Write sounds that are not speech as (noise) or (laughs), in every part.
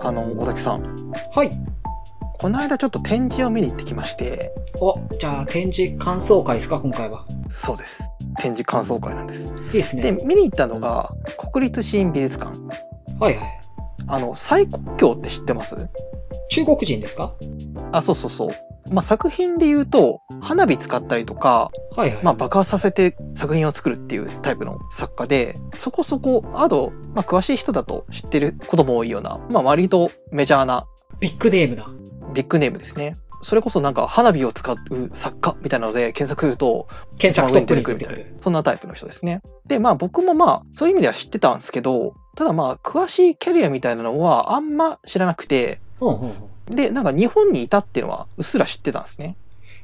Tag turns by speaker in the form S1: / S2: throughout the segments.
S1: あの、尾崎さん、
S2: はい。
S1: この間ちょっと展示を見に行ってきまして、
S2: お、じゃあ展示感想会ですか、今回は。
S1: そうです。展示感想会なんです。
S2: いいです
S1: で、
S2: ね。
S1: 見に行ったのが、国立新美術館。
S2: はいはい。
S1: あの、蔡国強って知ってます
S2: 中国人ですか
S1: あ、そうそうそう。まあ、作品で言うと、花火使ったりとか、
S2: はいはい。
S1: まあ、爆発させて作品を作るっていうタイプの作家で、そこそこ、あと、まあ、詳しい人だと知ってることも多いような、まあ、割とメジャーな
S2: ビッグネームな。
S1: ビッグネームですね。それこそなんか花火を使う作家みたいなので検索すると
S2: 検索トップに出
S1: み
S2: て
S1: た
S2: く
S1: い
S2: る。
S1: なそんなタイプの人ですね。でまあ僕もまあそういう意味では知ってたんですけどただまあ詳しいキャリアみたいなのはあんま知らなくて
S2: うんうんうん。
S1: でなんか日本にいたっていうのはうっすら知ってたんですね。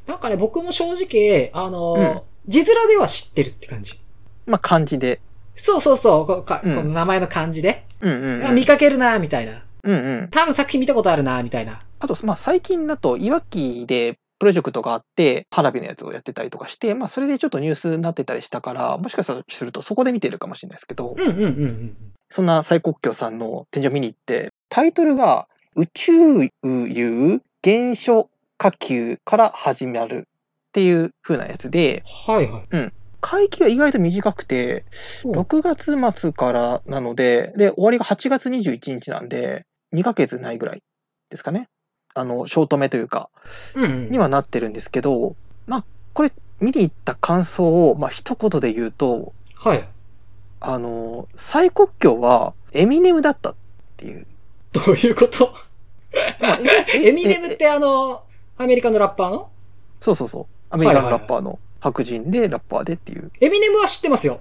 S2: なんかね、僕も正直、あのー
S1: うん
S2: 字面では知ってるって感じ。
S1: まあ漢字で。
S2: そうそうそう、こか
S1: うん
S2: この名前の漢字で。
S1: うんうんうん、
S2: あ見かけるな、みたいな。
S1: うんうん、
S2: 多分作品見たことあるな、みたいな。
S1: あとまあ最近だといわきでプロジェクトがあって花火のやつをやってたりとかして、まあ、それでちょっとニュースになってたりしたからもしかしたらするとそこで見てるかもしれないですけど。
S2: うんうんうんうん。
S1: そんな蔡国強さんの展示を見に行って、タイトルが宇宙遊原初火球から始まるっていう風なやつで、
S2: はいはい。
S1: 会期が意外と短くて、
S2: うん
S1: 6月末からなので、で、終わりが8月21日なんで、2ヶ月ないぐらいですかね。あの、ショート目というか、
S2: うん、うん。
S1: にはなってるんですけど、まあ、これ見に行った感想を、まあ、一言で言うと、
S2: はい。
S1: あの、蔡国強はエミネムだったっていう
S2: どういうこと
S1: (laughs) まあ
S2: エミネムっ。
S1: ええ
S2: てあの、アメリカのラッパーの
S1: そうそうそう。アメリカのラッパーの白人でラッパーでっていう。
S2: エミネムは知ってますよ。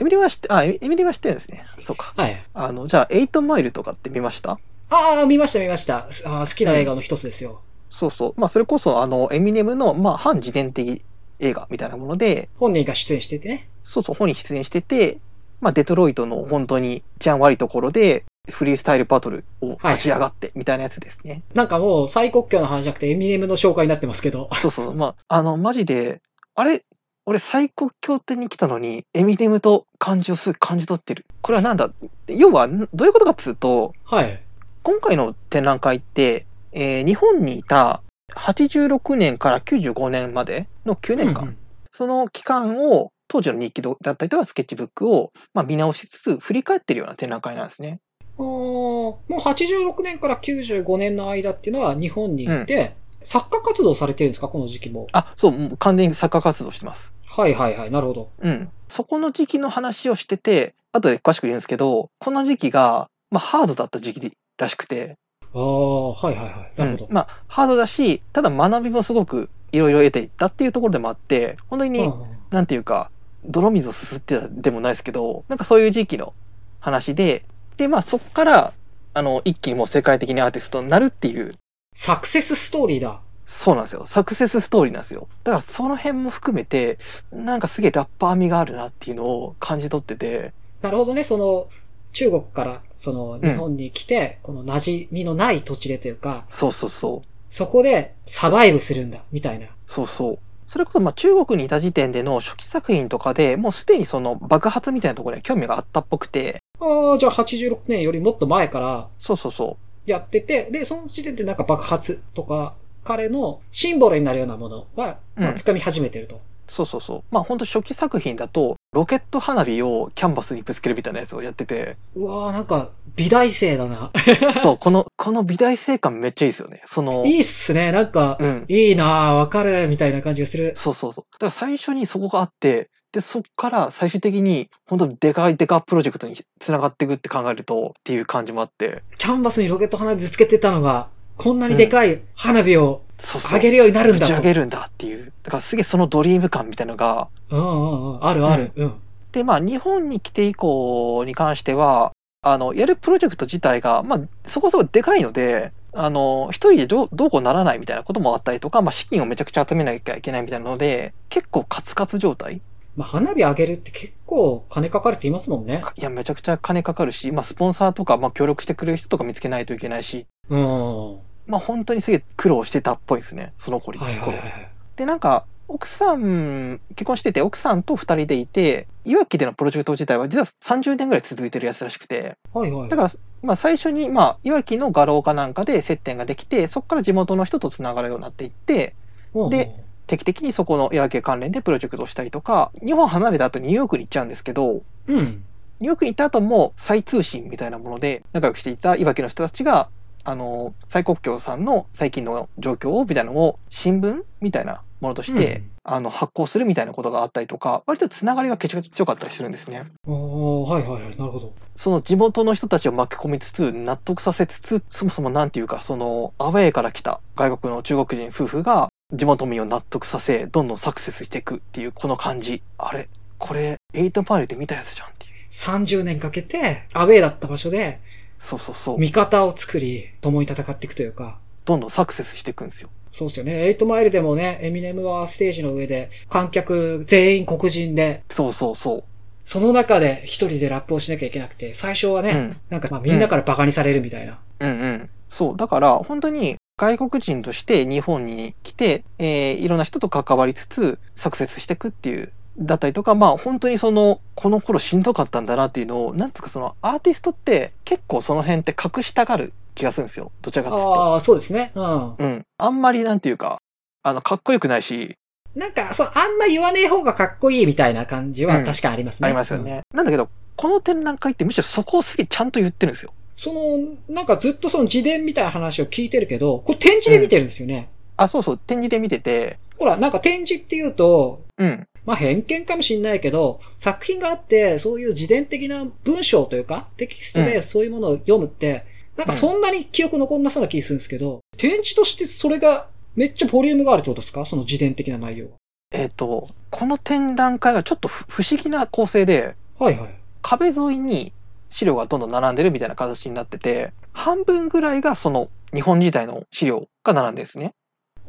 S1: エミリは知って、あ、エミエミリは知ってるんですね。そうか。
S2: はい。
S1: あの、じゃあ、エイトマイルとかって見ました
S2: ああ、見ました見ました。すあー好きな映画の一つですよ。
S1: そうそう。まあ、それこそ、あの、エミネムの、まあ、反自伝的映画みたいなもので、
S2: 本人が出演しててね。
S1: そうそう、本に出演してて、まあ、デトロイトの本当に治安悪いところで、フリースタイルバトルを勝ち上がって、みたいなやつですね。
S2: なんかもう、最国境の話じゃなくて、エミネムの紹介になってますけど。
S1: (laughs) そうそう、まあ、あの、マジで、あれ、俺、最高協定に来たのに、エミネムと漢字をすぐ感じ取ってる。これはなんだ要は、んどういうことかっつうと、
S2: はい。
S1: 今回の展覧会って、えー日本にいた86年から95年までの9年間、
S2: うんうん
S1: その期間を、当時の日記だったりとかスケッチブックを、まあ、見直しつつ振り返ってるような展覧会なんですね。
S2: あーもう86年から95年の間っていうのは日本にいて、作家活動されてるんですかこの時期も。
S1: あ、そう、もう完全に作家活動してます。
S2: はいはいはい。なるほど。
S1: うん、そこの時期の話をしてて後で詳しく言うんですけどこの時期が、まあ、ハードだった時期らしくて、
S2: ああ、はいはいはい。なるほど。
S1: うんまあ、ハードだしただ学びもすごくいろいろ得ていったっていうところでもあって本当に、
S2: うんうん
S1: なんていうか泥水をすすってたでもないですけどなんかそういう時期の話でで、まあ、そこからあの一気にもう世界的にアーティストになるっていう
S2: サクセスストーリーだ。
S1: そうなんですよサクセスストーリーなんですよだからその辺も含めてなんかすげえラッパー味があるなっていうのを感じ取ってて。
S2: なるほどね。その、中国から、その、日本に来て、この馴染みのない土地でというか、
S1: そうそうそう
S2: そこでサバイブするんだ、みたいな。
S1: そうそう。それこそまあ中国にいた時点での初期作品とかでもうすでにその爆発みたいなところには興味があったっぽくて、
S2: ああ、じゃあ86年よりもっと前から
S1: そうそうそ
S2: やってて、で、その時点でなんか爆発とか、彼のシンボルになるようなものは、
S1: う
S2: まあ、
S1: ん
S2: 掴み始めてると。
S1: う、そうそうそう。まあ本当初期作品だと、ロケット花火をキャンバスにぶつけるみたいなやつをやって
S2: (laughs)
S1: て、
S2: うわーなんか、美大生だな。
S1: そう、この、この美大生感めっちゃいいですよね。その、
S2: (laughs) いいっすね。なんか、
S1: うん。
S2: いいなーわかる、みたいな感じがする。
S1: そうそうそう。だから最初にそこがあって、で、そこから最終的に本当でかいでかプロジェクトに繋がっていくって考えるとっていう感じもあって、
S2: キャンバスにロケット花火ぶつけてたのが、こんなにでかい花火を
S1: そうそう。
S2: 上げるようになるんだ
S1: 打ち上
S2: と。
S1: げるんだっていう。だからすげえそのドリーム感みたいなのが、
S2: うんうんうん。あるある。うん。
S1: でまあ日本に来て以降に関してはあのやるプロジェクト自体が、まあ、そこそこでかいのであの一人でどうどうこうならないみたいなこともあったりとか、まあ、資金をめちゃくちゃ集めなきゃいけないみたいなので結構カツカツ状態
S2: まあ、花火上げるって結構金かかるって言いますもんね。
S1: いやめちゃくちゃ金かかるし、まあ、スポンサーとか、まあ、協力してくれる人とか見つけないといけないし
S2: うん。
S1: まあ、本当にすげえ苦労してたっぽいですね、その頃。
S2: はいはいはい。
S1: で、なんか、奥さん、結婚してて、奥さんと二人でいて、いわきでのプロジェクト自体は実は30年ぐらい続いてるやつらしくて、
S2: はいはい。
S1: だから、まあ、最初に、まあ、いわきの画廊かなんかで接点ができて、そこから地元の人とつながるようになっていって、
S2: うんうん
S1: で、定期的にそこのいわき関連でプロジェクトをしたりとか、日本離れた後にニューヨークに行っちゃうんですけど、
S2: うん。
S1: ニューヨークに行った後も再通信みたいなもので仲良くしていたいわきの人たちが、あの、蔡国強さんの最近の状況をみたいなのを新聞みたいなものとして、あの発行するみたいなことがあったりとか、割とつながりが結構強かったりするんですね。
S2: うん、おーはいはいはい。なるほど。
S1: その地元の人たちを巻き込みつつ、納得させつつ、そもそもなんていうか、そのアウェーから来た外国の中国人夫婦が地元民を納得させ、どんどんサクセスしていくっていうこの感じ。あれこれ、エイトマイルで見たやつじゃんっていう。
S2: 30年かけて、アウェーだった場所で、
S1: そうそうそう。
S2: 味方を作り、共に戦っていくというか、
S1: どんどんサクセスしていくんですよ。
S2: そうですよね。エイトマイルでもね、エミネムはステージの上で、観客全員黒人で、
S1: そうそうそう。
S2: その中で一人でラップをしなきゃいけなくて、最初はね、
S1: うん。
S2: なんかまあみんなからバカにされるみたいな。
S1: うんうん。そう。だから、本当に外国人として日本に来て、えーいろんな人と関わりつつ、サクセスしていくっていう、だったりとか、まあ本当にその、この頃しんどかったんだなっていうのを、なんつうかその、アーティストって結構その辺って隠したがる気がするんですよ。どちらかというと。
S2: ああ、そうですね。うん。
S1: うん。あんまりなんていうか、あの、かっこよくないし、
S2: なんか、そう、あんま言わねえ方がかっこいいみたいな感じ
S1: う
S2: は
S1: ん
S2: 確かにありますね。
S1: ありますよね。なんだけど、この展覧会ってむしろそこをすげえちゃんと言ってるんですよ。
S2: その、なんかずっとその自伝みたいな話を聞いてるけど、これ展示で見てるんですよね。
S1: あ、そうそう、展示で見てて、
S2: ほら、なんか展示っていうと、
S1: うん。
S2: まあ偏見かもしんないけど、作品があって、そういう自伝的な文章というか、テキスト
S1: う
S2: でそういうものを読むって、なんかそんなに記憶残んなそうな気するんですけど、展示としてそれがめっちゃボリュームがあるってことですかその自伝的な内容
S1: えっ、と、この展覧会がちょっとふ不思議な構成で、
S2: は。はいはい。
S1: 壁沿いに資料がどんどん並んでるみたいな形になってて、半分ぐらいがその日本時代の資料が並んでるんですね。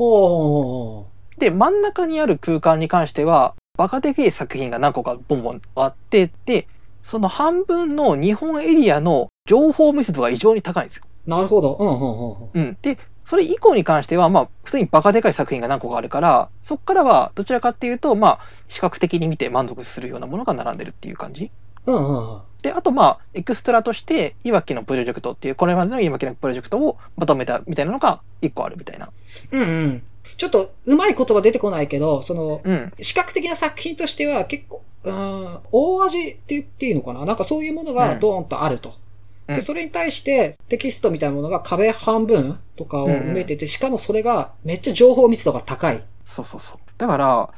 S2: おー。
S1: で、真ん中にある空間に関しては、バカでけえ作品が何個かボンボンあって、で、その半分の日本エリアの情報密度が異常に高いんですよ。
S2: なるほど。うんうんうんうん。
S1: うん。で、それ以降に関しては、まあ、普通にバカでかい作品が何個かあるから、そこからはどちらかっていうと、まあ、視覚的に見て満足するようなものが並んでるっていう感じ。
S2: うんうんうん。
S1: で、あと、まあ、エクストラとして、いわきのプロジェクトっていう、これまでのいわきのプロジェクトをまとめたみたいなのが1個あるみたいな。
S2: うんうん。ちょっと、うまい言葉出てこないけど、その、
S1: うん。
S2: 視覚的な作品としては結構、うーん、大味って言っていいのかななんかそういうものがドーンとあると。
S1: うん
S2: で、それに対してテキストみたいなものが壁半分とかを埋めてて、しかもそれがめっちゃ情報密度が高い。
S1: そうそうそう。だから、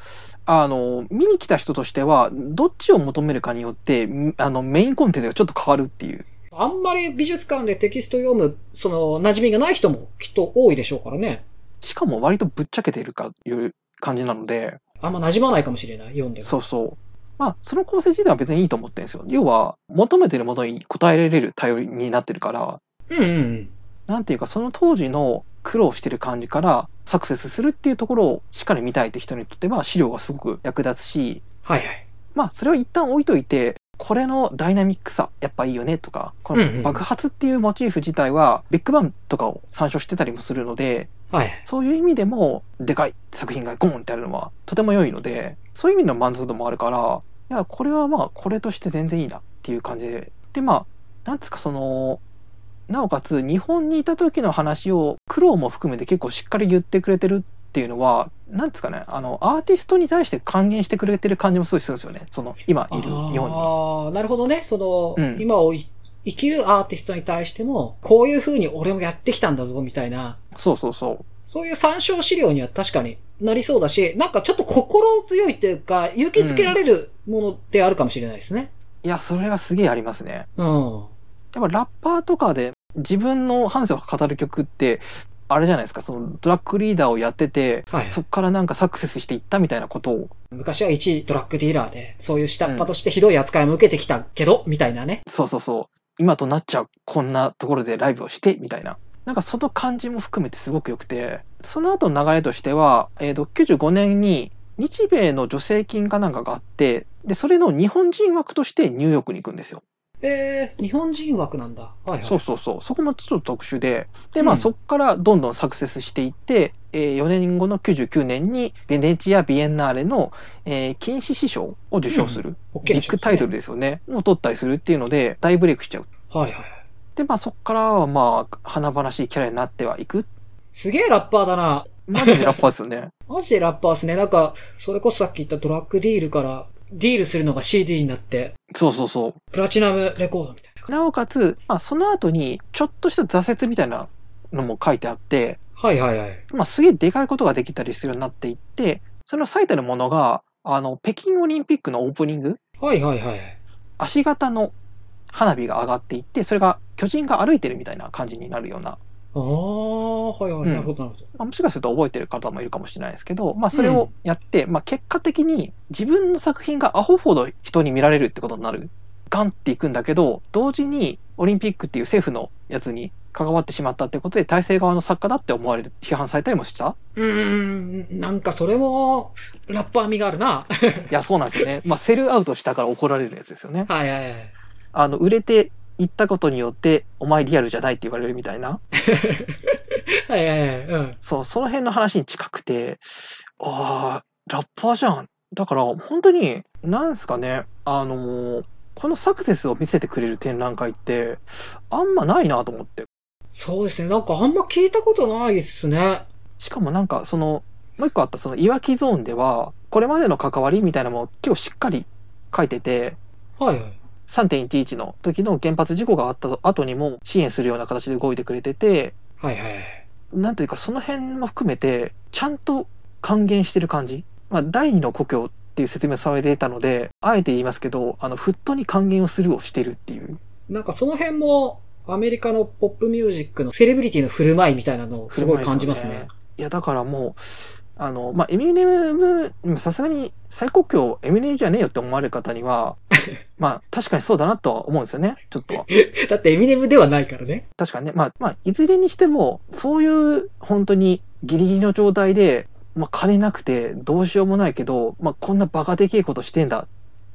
S1: あの、見に来た人としては、どっちを求めるかによって、あの、メインコンテンツがちょっと変わるっていう。
S2: あんまり美術館でテキスト読む、その、馴染みがない人もきっと多いでしょうからね。
S1: しかも割とぶっちゃけているかいう感じなので、
S2: あんま馴染まないかもしれない、読んでも。
S1: そうそう。まあ、その構成自体は別にいいと思ってるんですよ。要は、求めてるものに応えられる頼りになってるから、
S2: うんうんうん。
S1: なんていうか、その当時の苦労してる感じからサクセスするっていうところをしっかり見たいって人にとっては、資料がすごく役立つし、
S2: はいはい。
S1: まあ、それは一旦置いといて、これのダイナミックさ、やっぱいいよねとか、こ
S2: うんうんう
S1: の
S2: ん
S1: 爆発っていうモチーフ自体は、ビッグバンとかを参照してたりもするので、
S2: はい。
S1: そういう意味でも、でかい作品がゴーンってあるのは、とても良いので、そういう意味の満足度もあるから、いや、これはまあ、これとして全然いいなっていう感じで。で、まあ、なんつうか、その、なおかつ、日本にいた時の話を、苦労も含めて結構しっかり言ってくれてるっていうのは、なんつうかね、あの、アーティストに対して還元してくれてる感じもすごいするんですよね。その、今いる日本に。
S2: ああ、なるほどね。その、
S1: うん
S2: 今をい生きるアーティストに対しても、こういう風に俺もやってきたんだぞ、みたいな。
S1: そうそうそう。
S2: そういう参照資料には確かになりそうだし、なんかちょっと心強いというか、勇気づけられるものであるかもしれないですね。
S1: いや、それはすげえありますね。
S2: うん。
S1: やっぱラッパーとかで自分の反省を語る曲ってあれじゃないですかそのドラッグリーダーをやってて
S2: はい。
S1: そこからなんかサクセスしていったみたいなことを
S2: 昔は一ドラッグディーラーで、そういう下っ端としてひどい扱いも受けてきたけど、みたいなね。
S1: そうそうそう今となっちゃうこんなところでライブをしてみたいななんかその感じも含めてすごく良くてその後の流れとしては、えー、と95年に日米の助成金かなんかがあってでそれの日本人枠としてニューヨークに行くんですよ
S2: えー、日本人枠なんだ。はいはい。
S1: そうそうそう、そこもちょっと特殊で、で、ま
S2: う
S1: あ、
S2: ん
S1: そこからどんどんサクセスしていって、えー4年後の99年に、ベネチア・ビエンナーレの、えー金獅子賞を受賞する、
S2: 大き
S1: ビ
S2: な
S1: ッグタイトル
S2: で
S1: ですよね、を取ったりするっていうので、大ブレイクしちゃう。
S2: すね。はいはいはい。
S1: で、まあ、そこからは、まあ、華々しいキャラになってはいく。
S2: すげえラッパーだな。
S1: マジでラッパーですよ
S2: (laughs)
S1: ね。
S2: マジでラッパーっすね。なんか、それこそさっき言ったドラッグディールから、ディールするのが CD になって、
S1: そうそうそう。
S2: プラチナムレコードみたいな。
S1: なおかつ、まあ、その後に、ちょっとした挫折みたいなのも書いてあって、
S2: はいはいはい。
S1: まあ、すげえでかいことができたりするようになっていって、その最たるものが、あの、北京オリンピックのオープニング、
S2: はいはいはい。
S1: 足型の花火が上がっていって、それが巨人が歩いてるみたいな感じになるような、
S2: ああ、はいはい。
S1: うん
S2: なるほどなるほど。
S1: まあ、もしかすると覚えてる方もいるかもしれないですけど、まあ、それをやって、まあ、結果的に自分の作品がアホほど人に見られるってことになる。ガンっていくんだけど、同時にオリンピックっていう政府のやつに関わってしまったってことで、体制側の作家だって思われる、批判されたりもした
S2: うーん、なんかそれも、ラッパー味があるな。 (laughs)
S1: いや、そうなんですよね。まあ、セルアウトしたから怒られるやつですよね。
S2: はいはいはい。
S1: あの、売れていったことによって、お前リアルじゃないって言われるみたいな。
S2: はいはいはい。うん。
S1: そう、その辺の話に近くて、ああ、ラッパーじゃん。だから、本当に、なんですかね、あのーこのサクセスを見せてくれる展覧会って、あんまないなと思って。
S2: そうですね。なんかあんま聞いたことないですね。
S1: しかもなんか、その、もう一個あった、その、いわきゾーンでは、これまでの関わりみたいなのも結構しっかり書いてて、
S2: はいはい。
S1: 3.11の時の原発事故があった後にも支援するような形で動いてくれてて、
S2: はいはいはい。
S1: なんていうかその辺も含めて、ちゃんと還元してる感じ。まあ、第二の故郷っていう説明されていたので、あえて言いますけど、あの、フットに還元をするをしてるっていう。
S2: なんかその辺も、アメリカのポップミュージックのセレブリティの振る舞いみたいなのをすごい感じますね。
S1: いや、だからもう、あの、まあ、エミネム、さすがに最高境エミネムじゃねえよって思われる方には、
S2: (laughs)
S1: まあ、確かにそうだなとは思うんですよね、ちょっとは。
S2: だってエミネムではないからね。
S1: 確かにね、まあ、まあ、いずれにしても、そういう本当にギリギリの状態で、まあ、金なくてどうしようもないけど、まあ、こんなバカでけえことしてんだ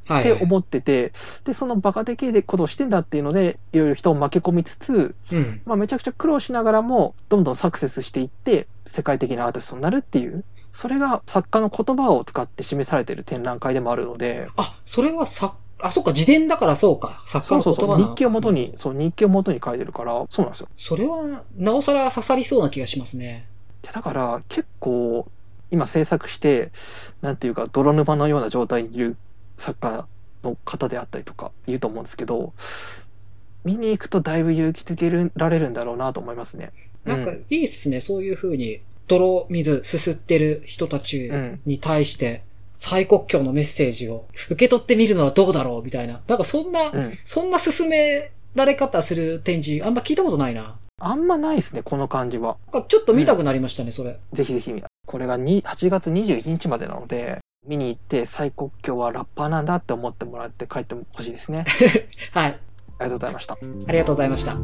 S2: は
S1: っ
S2: い、
S1: て
S2: はい。
S1: 思ってて、で、そのバカでけえことしてんだっていうので、いろいろ人を巻き込みつつ、
S2: うん。
S1: まあ、めちゃくちゃ苦労しながらも、どんどんサクセスしていって、世界的なアーティストになるっていう、それが作家の言葉を使って示されてる展覧会でもあるので、
S2: あ、それはさ、あ、そっか、自伝だからそうか。作家
S1: そう
S2: の
S1: そ
S2: 言
S1: う
S2: 葉
S1: そう、
S2: なの
S1: 日記を元に、そう、日記を元に書いてるから、そうなんですよ。
S2: それは、なおさら刺さりそうな気がしますね。
S1: いやだから結構今制作してなんていうか泥沼のような状態にいる作家の方であったりとかいると思うんですけど見に行くとだいぶ勇気づけられるんだろうなと思いますね。
S2: なんか、
S1: う
S2: いいっすね。そういう風に、泥水すすってる人たち
S1: うん
S2: に対して、最国境のメッセージを受け取ってみるのはどうだろうみたいな。なんかそんな、
S1: うん、
S2: そんな進められ方する展示、あんま聞いたことないな。
S1: あんまないですねこの感じは。
S2: なんかちょっと見たくなりましたね、それ。
S1: ぜひぜひこれがに8月21日までなので見に行って最国境はラッパーなんだって思ってもらって帰ってほしいですね。
S2: はい。
S1: ありがとうございました。
S2: ありがとうございました。